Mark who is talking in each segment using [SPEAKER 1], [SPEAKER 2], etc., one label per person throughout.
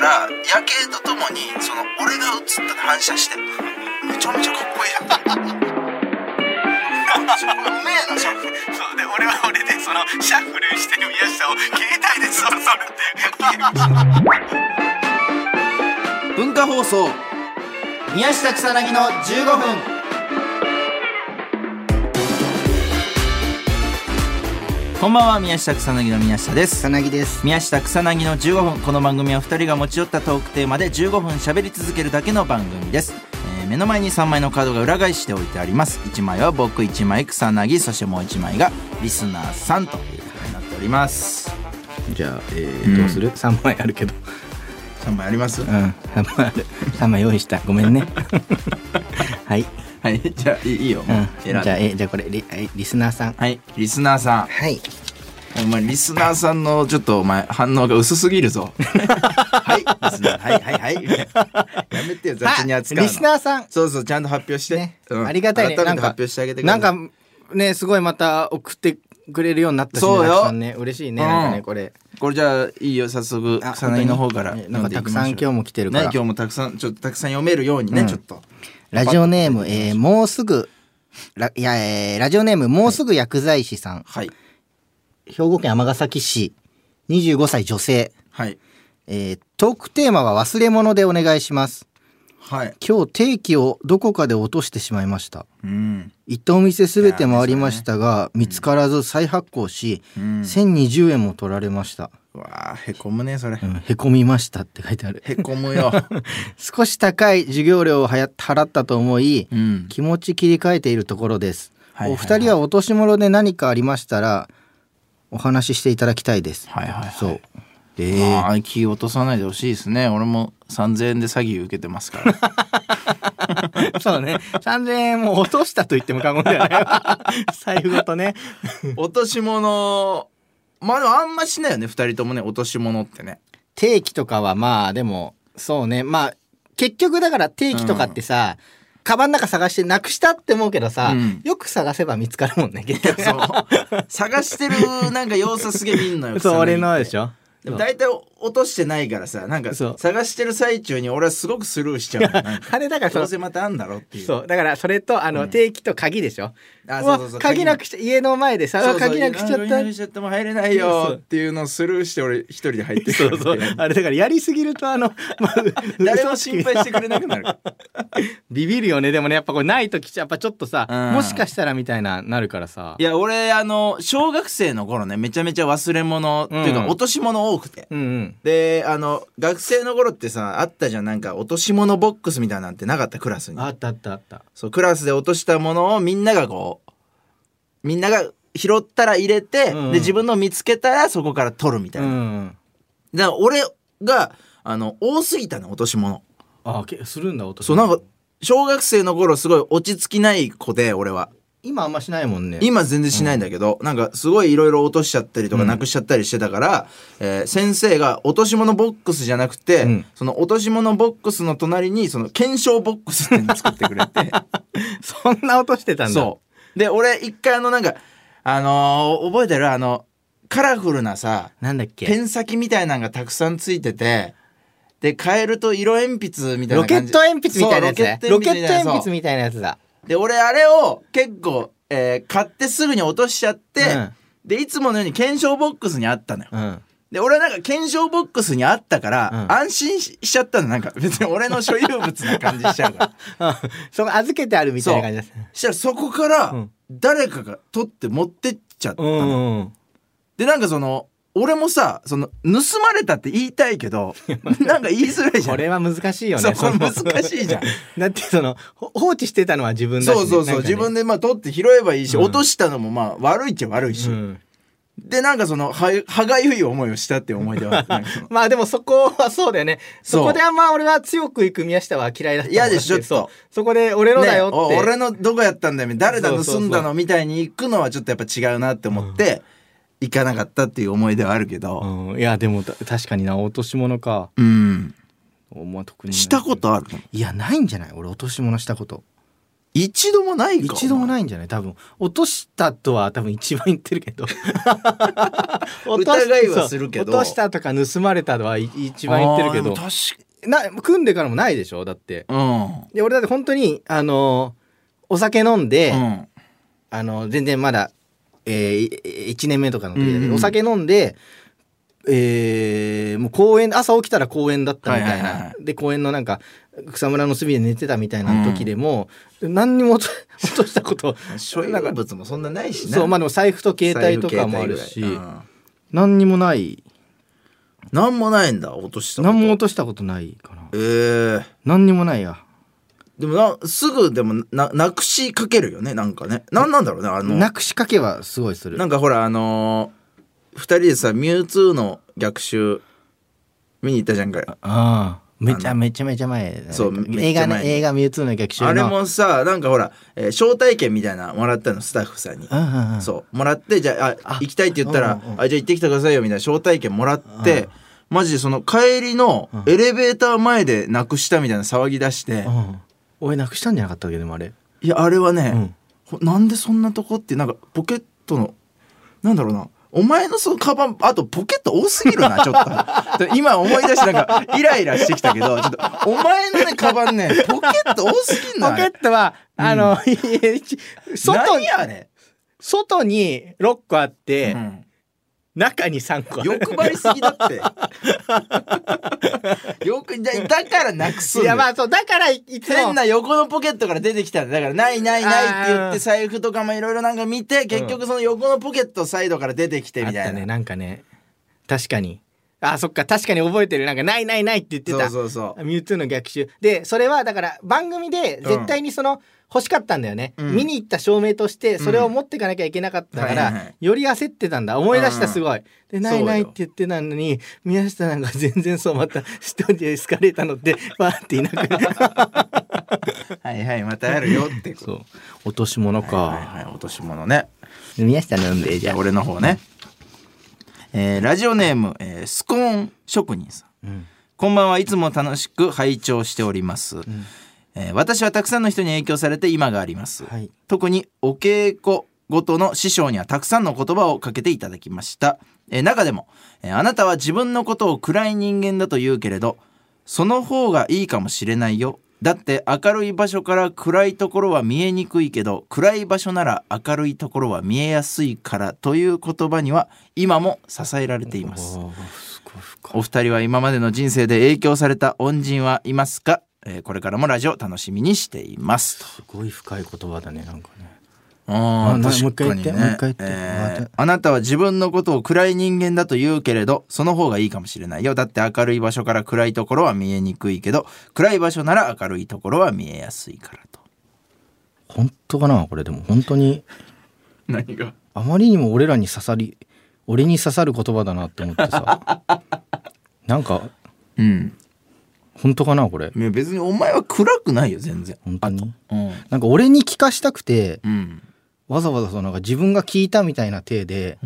[SPEAKER 1] ら夜景とともにその俺が映った反射してめちゃめちゃかっこいいやん すごいうめえなシャッフル
[SPEAKER 2] そうで俺は俺でそのシャッフルしてる宮下を携帯でそそるっていう
[SPEAKER 3] 文化放送宮下草薙の15分こんばんは宮下草薙の宮下です
[SPEAKER 4] 草薙です
[SPEAKER 3] 宮下草薙の15分この番組は2人が持ち寄ったトークテーマで15分喋り続けるだけの番組です、えー目の前に3枚のカードが裏返しておいてあります1枚は僕1枚草薙そしてもう1枚がリスナーさんということになっております
[SPEAKER 4] じゃあ、え
[SPEAKER 3] ん
[SPEAKER 4] ー、どうする、三 ?3 枚あるけど
[SPEAKER 3] 3枚あります
[SPEAKER 4] うん3枚あ る3枚用意したごめんねはい、
[SPEAKER 3] はいじゃあいいいいよ
[SPEAKER 4] う、
[SPEAKER 3] もうん
[SPEAKER 4] じ
[SPEAKER 3] 選ん
[SPEAKER 4] ゃあ
[SPEAKER 3] で
[SPEAKER 4] えじゃあこれリはいリスナーさん
[SPEAKER 3] はいリスナーさん
[SPEAKER 4] はい
[SPEAKER 3] お前リスナーさんのちょっとお前反応が薄すぎる ぞはいリスナーはいはいはいやめてよ雑に扱う
[SPEAKER 4] あ
[SPEAKER 3] の
[SPEAKER 4] リスナーさん
[SPEAKER 3] そうそうちゃんと発表して、
[SPEAKER 4] ね
[SPEAKER 3] うん
[SPEAKER 4] ありがたいね
[SPEAKER 3] 改め
[SPEAKER 4] なん
[SPEAKER 3] て
[SPEAKER 4] か
[SPEAKER 3] 発表してあげてくだ
[SPEAKER 4] な
[SPEAKER 3] さ
[SPEAKER 4] ん
[SPEAKER 3] い
[SPEAKER 4] かねすごいまた送ってくれるようになったし、ね、
[SPEAKER 3] そうよ
[SPEAKER 4] たくさんね嬉しいねなんか
[SPEAKER 3] う
[SPEAKER 4] ね
[SPEAKER 3] ん
[SPEAKER 4] これ
[SPEAKER 3] これじゃあいいよ早速
[SPEAKER 4] あ
[SPEAKER 3] 草薙の方から
[SPEAKER 4] 本当にねなんかたくさん今日も来てるから
[SPEAKER 3] ね今日もたくさんちょっとたくさん読めるようにね、
[SPEAKER 4] うん
[SPEAKER 3] ちょっと
[SPEAKER 4] ラジオネーム、えーもうすぐラいや、えーラジオネームもうすぐ薬剤師さん、
[SPEAKER 3] はい
[SPEAKER 4] 兵庫県尼崎市25歳女性、
[SPEAKER 3] はい
[SPEAKER 4] えートークテーマは忘れ物でお願いします
[SPEAKER 3] はい
[SPEAKER 4] 今日定期をどこかで落としてしまいました
[SPEAKER 3] うん
[SPEAKER 4] 行ったお店すべて回りましたが、見つからず再発行し、
[SPEAKER 3] うん
[SPEAKER 4] 1020円も取られました、
[SPEAKER 3] うわあへこむねそれ、
[SPEAKER 4] うん、へこみましたって書いてある
[SPEAKER 3] へこむよ
[SPEAKER 4] 少し高い授業料をはや払ったと思い、
[SPEAKER 3] うん
[SPEAKER 4] 気持ち切り替えているところです、
[SPEAKER 3] はいはいはい
[SPEAKER 4] お二人は落とし物で何かありましたらお話ししていただきたいです
[SPEAKER 3] はいはいはい
[SPEAKER 4] そう
[SPEAKER 3] え
[SPEAKER 4] え
[SPEAKER 3] え
[SPEAKER 4] ー、
[SPEAKER 3] 気落とさないでほしいですね俺も3000円で詐欺受けてますから
[SPEAKER 4] そうね3000円も落としたと言っても過言では ない財布ごとね
[SPEAKER 3] 落とし物まあでもあんましないよね2人ともね落とし物ってね
[SPEAKER 4] 定期とかはまあでもそうねまあ結局だから定期とかってさ、カバンの中探してなくしたって思うけどさ、
[SPEAKER 3] うん
[SPEAKER 4] よく探せば見つかるもんね結局
[SPEAKER 3] そう 探してるなんか様子すげえ見んのよ
[SPEAKER 4] そう俺ので
[SPEAKER 3] ょ
[SPEAKER 4] しょ
[SPEAKER 3] でも大体落としてないからさなんか
[SPEAKER 4] そう
[SPEAKER 3] 探してる最中に俺はすごくスルーしちゃうのよ なんか
[SPEAKER 4] あれだからそ
[SPEAKER 3] ど
[SPEAKER 4] の
[SPEAKER 3] うせまたあんだろっていう
[SPEAKER 4] そうだからそれとあの、定期と鍵でしょ
[SPEAKER 3] あ
[SPEAKER 4] う
[SPEAKER 3] そ
[SPEAKER 4] わ
[SPEAKER 3] うそうそう
[SPEAKER 4] 鍵なくしちゃ家の前でさ
[SPEAKER 3] そう
[SPEAKER 4] あ
[SPEAKER 3] そう
[SPEAKER 4] 鍵なくしち
[SPEAKER 3] あ
[SPEAKER 4] ゃっ
[SPEAKER 3] 鍵な
[SPEAKER 4] た
[SPEAKER 3] くしちゃっても入れない
[SPEAKER 4] そ
[SPEAKER 3] よ
[SPEAKER 4] う
[SPEAKER 3] っていうのをスルーして俺一人で入ってくる
[SPEAKER 4] あれだからやりすぎるとあの、ま あ、
[SPEAKER 3] 誰も心配してくれなくなる
[SPEAKER 4] ビビるよねでもねやっぱこれない時やっぱちょっとさ、
[SPEAKER 3] うん
[SPEAKER 4] もしかしたらみたいななるからさ
[SPEAKER 3] いや俺あの小学生の頃ねめちゃめちゃ忘れ物っていうか
[SPEAKER 4] うん
[SPEAKER 3] 落とし物多くて、
[SPEAKER 4] うんうん
[SPEAKER 3] であの学生の頃ってさあったじゃんなんか落とし物ボックスみたいなんてなかったクラスに
[SPEAKER 4] あったあったあった
[SPEAKER 3] そうクラスで落としたものをみんながこうみんなが拾ったら入れて、
[SPEAKER 4] うん
[SPEAKER 3] で自分の見つけたらそこから取るみたいうな、だか
[SPEAKER 4] ん
[SPEAKER 3] ら俺があの多すぎたの落とし物
[SPEAKER 4] あけするんだ音
[SPEAKER 3] そうなんか小学生の頃すごい落ち着きない子で俺は
[SPEAKER 4] 今あんましないもんね
[SPEAKER 3] 今全然しないんだけど、なんかすごいいろいろ落としちゃったりとかなくしちゃったりしてたから、えー先生が落とし物ボックスじゃなくて、
[SPEAKER 4] うん
[SPEAKER 3] その落とし物ボックスの隣にその検証ボックスっていうのを作ってくれ て
[SPEAKER 4] そんな音してたんだ
[SPEAKER 3] そう。で、俺、一回あの、なんか、あのー覚えてるあの、カラフルなさ、
[SPEAKER 4] なんだっ
[SPEAKER 3] ペ
[SPEAKER 4] け
[SPEAKER 3] ン先みたいなのがたくさんついてて、で、カエルと色鉛筆みたいな
[SPEAKER 4] ロケ
[SPEAKER 3] 感
[SPEAKER 4] ッ
[SPEAKER 3] じ。
[SPEAKER 4] ト鉛筆みたいなやつね
[SPEAKER 3] そう
[SPEAKER 4] ロ
[SPEAKER 3] ロケッ
[SPEAKER 4] ケッ
[SPEAKER 3] ト
[SPEAKER 4] ト
[SPEAKER 3] 鉛筆みたいな
[SPEAKER 4] 鉛筆みたいなやつだ
[SPEAKER 3] で、俺、あれを結構、えー買ってすぐに落としちゃって、
[SPEAKER 4] うん
[SPEAKER 3] で、いつものように検証ボックスにあったのよ。
[SPEAKER 4] うん
[SPEAKER 3] で、俺はなんか検証ボックスにあったから、
[SPEAKER 4] うん
[SPEAKER 3] 安心しちゃったの。なんか別に俺の所有物な感じしちゃう から。
[SPEAKER 4] あそこ預けてあるみたいな感じです
[SPEAKER 3] そしたらそこから
[SPEAKER 4] うん、
[SPEAKER 3] 誰かが取って持ってっちゃったの。
[SPEAKER 4] うん
[SPEAKER 3] でなんかその俺もさその盗まれたって言いたいけ どなんか言いづらいじゃ
[SPEAKER 4] こ
[SPEAKER 3] ん
[SPEAKER 4] れは難しいよね。
[SPEAKER 3] そうこれ
[SPEAKER 4] の
[SPEAKER 3] 難しいじゃ ん。
[SPEAKER 4] だってそのほ放置してたのは自分だしね、
[SPEAKER 3] そうそうそう、
[SPEAKER 4] なんかね
[SPEAKER 3] 自分でまあ取って拾えばいいし、落としたのもまあ悪いっちゃ悪いし、
[SPEAKER 4] うん
[SPEAKER 3] でなんかそのは歯がゆい思いをしたっていう思い出は なんかその
[SPEAKER 4] まあでもそこはそうだよね。
[SPEAKER 3] そう
[SPEAKER 4] そこであんま俺は強く行く宮下は嫌いだったもん
[SPEAKER 3] 嫌でしょ
[SPEAKER 4] だてそう
[SPEAKER 3] ちょっと
[SPEAKER 4] そこで俺のだよ
[SPEAKER 3] ねお
[SPEAKER 4] って。
[SPEAKER 3] 俺のどこやったんだよみたいな誰だ
[SPEAKER 4] そうそうそ
[SPEAKER 3] 盗
[SPEAKER 4] うん
[SPEAKER 3] だのみたいに行くのはちょっとやっぱ違うなって思って、行かなかったっていう思い出はあるけど
[SPEAKER 4] うん、いやでもた確かにな落とし物か。
[SPEAKER 3] うん、
[SPEAKER 4] お前特にない
[SPEAKER 3] したことある
[SPEAKER 4] いやないんじゃない俺落とし物したこと。
[SPEAKER 3] 一度もないか
[SPEAKER 4] 一度も
[SPEAKER 3] い
[SPEAKER 4] ないんじゃない多分落としたとは多分一番言ってる けど
[SPEAKER 3] 疑いはするけど
[SPEAKER 4] 落としたとか盗まれたとはい一番言ってるけど
[SPEAKER 3] 確
[SPEAKER 4] な組んでからもないでしょだって
[SPEAKER 3] か
[SPEAKER 4] で俺だって本当にあのお酒飲んで、
[SPEAKER 3] うん、うん、
[SPEAKER 4] あの全然まだ、え1年目とかの時だけど、
[SPEAKER 3] うんうん
[SPEAKER 4] お酒飲んで、えーもう公園朝起きたら公園だったみたいな、
[SPEAKER 3] はいはいは
[SPEAKER 4] で公園のなんか草むらの隅で寝てたみたいな時でも、何にも落と 落としたこと
[SPEAKER 3] 所有物もそんなないしね
[SPEAKER 4] そうまあでも財布と携帯とかもあるし、何にもない
[SPEAKER 3] 何もないんだ落としたこと
[SPEAKER 4] 何も落としたことないかな
[SPEAKER 3] ええ
[SPEAKER 4] 何にもないや
[SPEAKER 3] でもなすぐでもななくしかけるよねなんかねなんなんだろうねあの
[SPEAKER 4] なくしかけはすごいする
[SPEAKER 3] なんかほらあのー、2人でさミュウツーの逆襲見に行ったじゃんか
[SPEAKER 4] ああめちゃめちゃめちゃ前だね
[SPEAKER 3] そうめっ
[SPEAKER 4] 映
[SPEAKER 3] ちゃ
[SPEAKER 4] 画
[SPEAKER 3] 前
[SPEAKER 4] ね映画「ミュウツーの逆襲の」
[SPEAKER 3] あれもさなんかほら、えー招待券みたいなのもらったのスタッフさんに
[SPEAKER 4] う。んうんうん
[SPEAKER 3] そうもらってじゃああ行きたいって言ったら「
[SPEAKER 4] うんうん
[SPEAKER 3] あじゃあ行ってきてくださいよ」みたいな招待券もらって、マジでその帰りのエレベーター前でなくしたみたいな騒ぎ出して、
[SPEAKER 4] うん俺なくしたんじゃなかったっけでもあれ
[SPEAKER 3] いやあれはね、
[SPEAKER 4] うん
[SPEAKER 3] ほなんでそんなとこってなんかポケットのなんだろうなお前のそのカバンあとポケット多すぎる なちょっと今思い出してなんかイライラしてきたけどちょっとお前のねカバンねポケット多すぎん
[SPEAKER 4] ポ
[SPEAKER 3] な
[SPEAKER 4] ケットはあの、外
[SPEAKER 3] 何
[SPEAKER 4] に
[SPEAKER 3] やあれ、
[SPEAKER 4] 外に6個あって、
[SPEAKER 3] うん
[SPEAKER 4] 中に3個ある
[SPEAKER 3] 欲張りすぎだ ってよくだだからなくすん
[SPEAKER 4] い
[SPEAKER 3] だ
[SPEAKER 4] や
[SPEAKER 3] よ
[SPEAKER 4] まあそうだからいいつも
[SPEAKER 3] 変な横のポケットから出てきたんだだからないないないって言っ
[SPEAKER 4] あ
[SPEAKER 3] て
[SPEAKER 4] ー
[SPEAKER 3] 財布とかもいろいろなんか見て結局その横のポケットサイドから出てきてみた
[SPEAKER 4] あった
[SPEAKER 3] いな、
[SPEAKER 4] ねなんかね確かにあそっか確かに覚えてるなんかないないないって言ってた
[SPEAKER 3] そうそうそう
[SPEAKER 4] ミュウツーの逆襲でそれはだから番組で絶対にその、欲しかったんだよね、
[SPEAKER 3] うん
[SPEAKER 4] 見に行った証明としてそれを持ってかなきゃいけなかった
[SPEAKER 3] う
[SPEAKER 4] から、
[SPEAKER 3] んはいはいはい
[SPEAKER 4] より焦ってたんだ思い出し
[SPEAKER 3] うんう
[SPEAKER 4] た
[SPEAKER 3] ん
[SPEAKER 4] すごい、で「ないない」っ
[SPEAKER 3] そうよ
[SPEAKER 4] て言ってたのに宮下なんか全然そうまた一人でエスカレーター乗って バーっていなくなる
[SPEAKER 3] はいはいまたやるよってこと
[SPEAKER 4] そう落とし物か、
[SPEAKER 3] はいはい落とし物ね
[SPEAKER 4] 宮下飲んでじ
[SPEAKER 3] じ
[SPEAKER 4] ゃ
[SPEAKER 3] ゃあ
[SPEAKER 4] あ、
[SPEAKER 3] 俺の方ね、えーラジオネーム、えースコーン職人さん
[SPEAKER 4] うん
[SPEAKER 3] こんばんはいつも楽しく拝聴しております、えー私はたくさんの人に影響されて今があります、
[SPEAKER 4] はい
[SPEAKER 3] 特にお稽古ごとの師匠にはたくさんの言葉をかけていただきました、えー中でも、えーあなたは自分のことを暗い人間だと言うけれどその方がいいかもしれないよだって明るい場所から暗いところは見えにくいけど暗い場所なら明るいところは見えやすいからという言葉には今も支えられています
[SPEAKER 4] おーすごい深い
[SPEAKER 3] お二人は今までの人生で影響された恩人はいますか、えーこれからもラジオ楽しみにしていますと
[SPEAKER 4] すごい深い言葉だねなんかね
[SPEAKER 3] あ
[SPEAKER 4] あ
[SPEAKER 3] あ
[SPEAKER 4] な
[SPEAKER 3] 確かにね
[SPEAKER 4] もう一回言ってもう一回言っ
[SPEAKER 3] え
[SPEAKER 4] て
[SPEAKER 3] ー
[SPEAKER 4] ま
[SPEAKER 3] あなたは自分のことを暗い人間だと言うけれどその方がいいかもしれないよだって明るい場所から暗いところは見えにくいけど暗い場所なら明るいところは見えやすいからと
[SPEAKER 4] 本当かなこれでも本当に
[SPEAKER 3] 何が
[SPEAKER 4] あまりにも俺らに刺さり俺に刺さる言葉だなって思って さなんか
[SPEAKER 3] うん
[SPEAKER 4] 本当かなこれ
[SPEAKER 3] いや別にお前は暗くないよ全然
[SPEAKER 4] 本当に
[SPEAKER 3] うん
[SPEAKER 4] なんか俺に聞かしたくて
[SPEAKER 3] うん
[SPEAKER 4] わざわざそのなんか自分が聞いたみたいな体で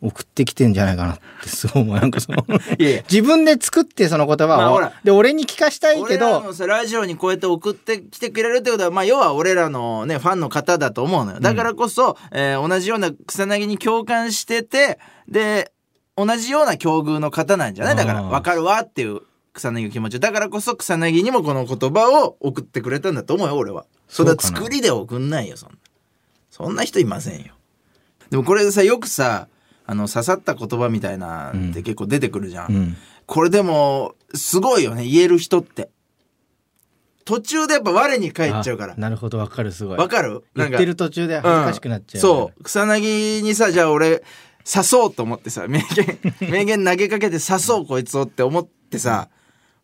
[SPEAKER 4] 送ってきてんじゃないかなってすごい思うなんかその
[SPEAKER 3] いやいや
[SPEAKER 4] 自分で作ってその言
[SPEAKER 3] まあ
[SPEAKER 4] 葉を、
[SPEAKER 3] ほら
[SPEAKER 4] で俺に聞かしたい
[SPEAKER 3] 俺
[SPEAKER 4] け
[SPEAKER 3] らの
[SPEAKER 4] ど
[SPEAKER 3] さラジオにこうやって送ってきてくれるってことは、まあ、要は俺らの、ね、ファンの方だと思うのよだからこそ、えー同じような草薙に共感しててで同じような境遇の方なんじゃないだから
[SPEAKER 4] あー
[SPEAKER 3] 分かるわっていう草薙の気持ちだからこそ草薙にもこの言葉を送ってくれたんだと思うよ俺はそんな
[SPEAKER 4] そうかな
[SPEAKER 3] 作りで送んないよそんなそんな人いませんよでもこれさよくさあの刺さった言葉みたいなっ
[SPEAKER 4] うん
[SPEAKER 3] て結構出てくるじゃ
[SPEAKER 4] うん
[SPEAKER 3] これでもすごいよね言える人って途中でやっぱ我に返っちゃうから
[SPEAKER 4] あなるほどわかるすごい
[SPEAKER 3] わかる
[SPEAKER 4] 言ってる途中で恥ずかしくなっちゃう、
[SPEAKER 3] そう草薙にさじゃあ俺刺そうと思ってさ名言 名言投げかけて刺そうこいつをって思ってさ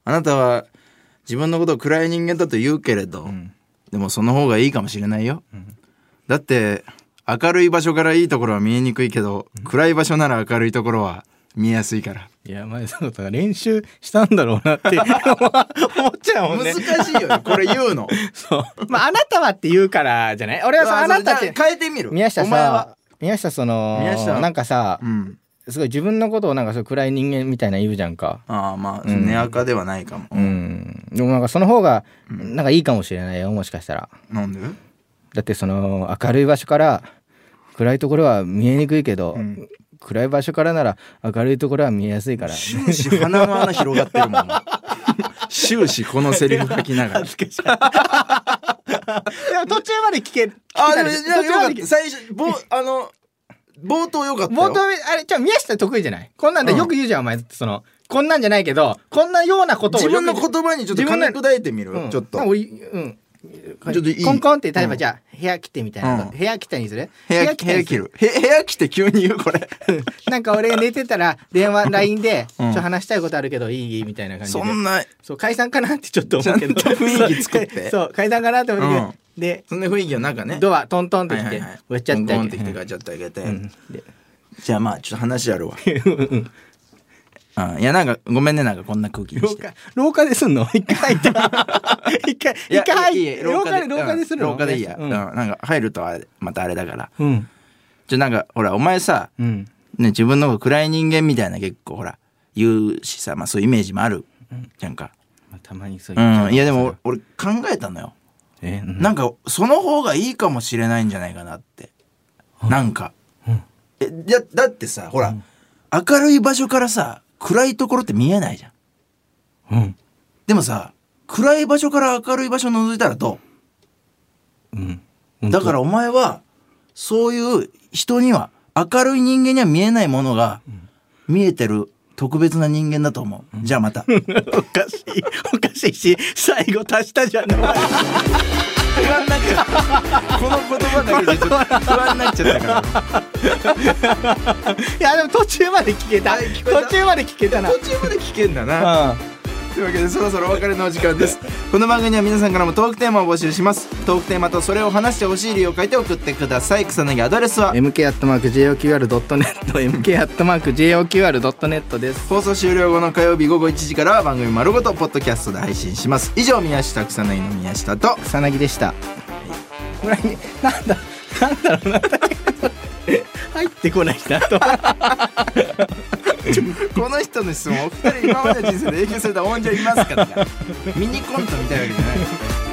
[SPEAKER 3] あなたは自分のことを暗い人間だと言うけれど、
[SPEAKER 4] ん
[SPEAKER 3] でもその方がいいかもしれないよ、だって明るい場所からいいところは見えにくいけど、暗い場所なら明るいところは見えやすいから
[SPEAKER 4] いや前そうだから練習したんだろうなって思っちゃうもんね
[SPEAKER 3] 難しいよねこれ言うの
[SPEAKER 4] そう。まあ、あなたはって言うからじゃない俺はさ、あなたって。
[SPEAKER 3] 変えてみる
[SPEAKER 4] 宮下
[SPEAKER 3] お前は
[SPEAKER 4] さ、宮下その、
[SPEAKER 3] 宮下
[SPEAKER 4] なんかさ、
[SPEAKER 3] うん
[SPEAKER 4] すごい自分のことをなんかそう暗い人間みたいな言うじゃんか。
[SPEAKER 3] ああまあ
[SPEAKER 4] うん
[SPEAKER 3] 根垢ではないかも、
[SPEAKER 4] うん。でもなんかその方が、なんかいいかもしれないよ、もしかしたら。
[SPEAKER 3] なんで
[SPEAKER 4] だってその明るい場所から暗いところは見えにくいけど、暗い場所からなら明るいところは見えやすい から
[SPEAKER 3] 終始鼻の穴広がってるもんな終始このセリフ書きながら
[SPEAKER 4] でも途中まで聞け聞け
[SPEAKER 3] あ
[SPEAKER 4] た
[SPEAKER 3] で
[SPEAKER 4] り
[SPEAKER 3] も
[SPEAKER 4] し
[SPEAKER 3] でもよ
[SPEAKER 4] 途中ま
[SPEAKER 3] かっ
[SPEAKER 4] で聞け
[SPEAKER 3] た最初ぼあの冒頭よかったよ
[SPEAKER 4] 冒頭あれじゃあ宮下得意じゃないこんなんで
[SPEAKER 3] うん
[SPEAKER 4] よく言うじゃん、お前ってそのこんなんじゃないけどこんなようなことを
[SPEAKER 3] 自分の
[SPEAKER 4] よく
[SPEAKER 3] 言葉にちょっと噛み砕いてみる、
[SPEAKER 4] うん
[SPEAKER 3] ちょっと
[SPEAKER 4] なんか俺うん
[SPEAKER 3] ょっといい
[SPEAKER 4] コンコンって例えば、
[SPEAKER 3] うん
[SPEAKER 4] じゃあ部屋来てみたいな、
[SPEAKER 3] うん
[SPEAKER 4] 部屋来たにする
[SPEAKER 3] 部屋部
[SPEAKER 4] た
[SPEAKER 3] 屋
[SPEAKER 4] にす
[SPEAKER 3] 切るへ部屋来て急に言うこれ
[SPEAKER 4] なんか俺寝てたら電話 LINE で 「ち
[SPEAKER 3] うん
[SPEAKER 4] ょ話したいことあるけどいい?」みたいな感じで
[SPEAKER 3] そんな
[SPEAKER 4] そう解散かなってちょっと思うけど
[SPEAKER 3] ちゃんと雰囲気作って
[SPEAKER 4] そう解散かなって思うけどで
[SPEAKER 3] そんな雰囲気はなんかね
[SPEAKER 4] ドアトントンって
[SPEAKER 3] はい
[SPEAKER 4] 来
[SPEAKER 3] は
[SPEAKER 4] て
[SPEAKER 3] いはい
[SPEAKER 4] 終わっちゃった
[SPEAKER 3] ゴンゴン
[SPEAKER 4] わ
[SPEAKER 3] ってき
[SPEAKER 4] け
[SPEAKER 3] てガチャって開けて、
[SPEAKER 4] うんで
[SPEAKER 3] じゃあまあちょっと話 あるわあいやなんかごめんねなんかこんな空気に
[SPEAKER 4] 廊
[SPEAKER 3] して
[SPEAKER 4] 下廊下ですんの 一回入った一回
[SPEAKER 3] いや
[SPEAKER 4] 一回
[SPEAKER 3] いい
[SPEAKER 4] 入
[SPEAKER 3] え
[SPEAKER 4] って廊下で廊下でするの
[SPEAKER 3] うん廊下でいいや、
[SPEAKER 4] う
[SPEAKER 3] うん
[SPEAKER 4] ん
[SPEAKER 3] なんか入るとあれまたあれだから
[SPEAKER 4] うん
[SPEAKER 3] じゃなんかほらお前さ、
[SPEAKER 4] うん
[SPEAKER 3] ね、自分のこと暗い人間みたいな結構ほら言うしさ、まあ、そういうイメージもあるじゃんか、
[SPEAKER 4] まあたまにそう
[SPEAKER 3] う、
[SPEAKER 4] 言っちゃうん
[SPEAKER 3] いやでも俺俺考えたのよ
[SPEAKER 4] えうん
[SPEAKER 3] なんかその方がいいかもしれないんじゃないかなってなんか、
[SPEAKER 4] うん
[SPEAKER 3] えだだってさほら、明るい場所からさ暗いところって見えないじゃん
[SPEAKER 4] うん
[SPEAKER 3] でもさ暗い場所から明るい場所を覗いたらど
[SPEAKER 4] うん
[SPEAKER 3] うだからお前はそういう人には明るい人間には見えないものが見えてる特別な人間だと思う、じゃあまた
[SPEAKER 4] おかしいおかしいし最後足したじゃない
[SPEAKER 3] 不安になっ ちゃったこの言葉だけでちょっと不安になっちゃったから
[SPEAKER 4] いやでも途中まで聞けた
[SPEAKER 3] はい聞こえた
[SPEAKER 4] 途中まで聞けた な
[SPEAKER 3] 途中まで聞けんだな
[SPEAKER 4] う
[SPEAKER 3] というわけでそろそろお別れのお時間ですこの番組には皆さんからもトークテーマを募集しますトークテーマとそれを話してほしい理由を書いて送ってください草薙アドレスは
[SPEAKER 4] ん mk.joqr.net mk.joqr.net です
[SPEAKER 3] 放送終了後の火曜日午後1時からは番組丸ごとポッドキャストで配信します以上宮下草薙の宮下と
[SPEAKER 4] 草薙でしたこれなんだなんだ ろうな入ってこないなと
[SPEAKER 3] この人の質問お二人今までの人生で影響されたもんじゃいますからねミニコントみたいなわけじゃない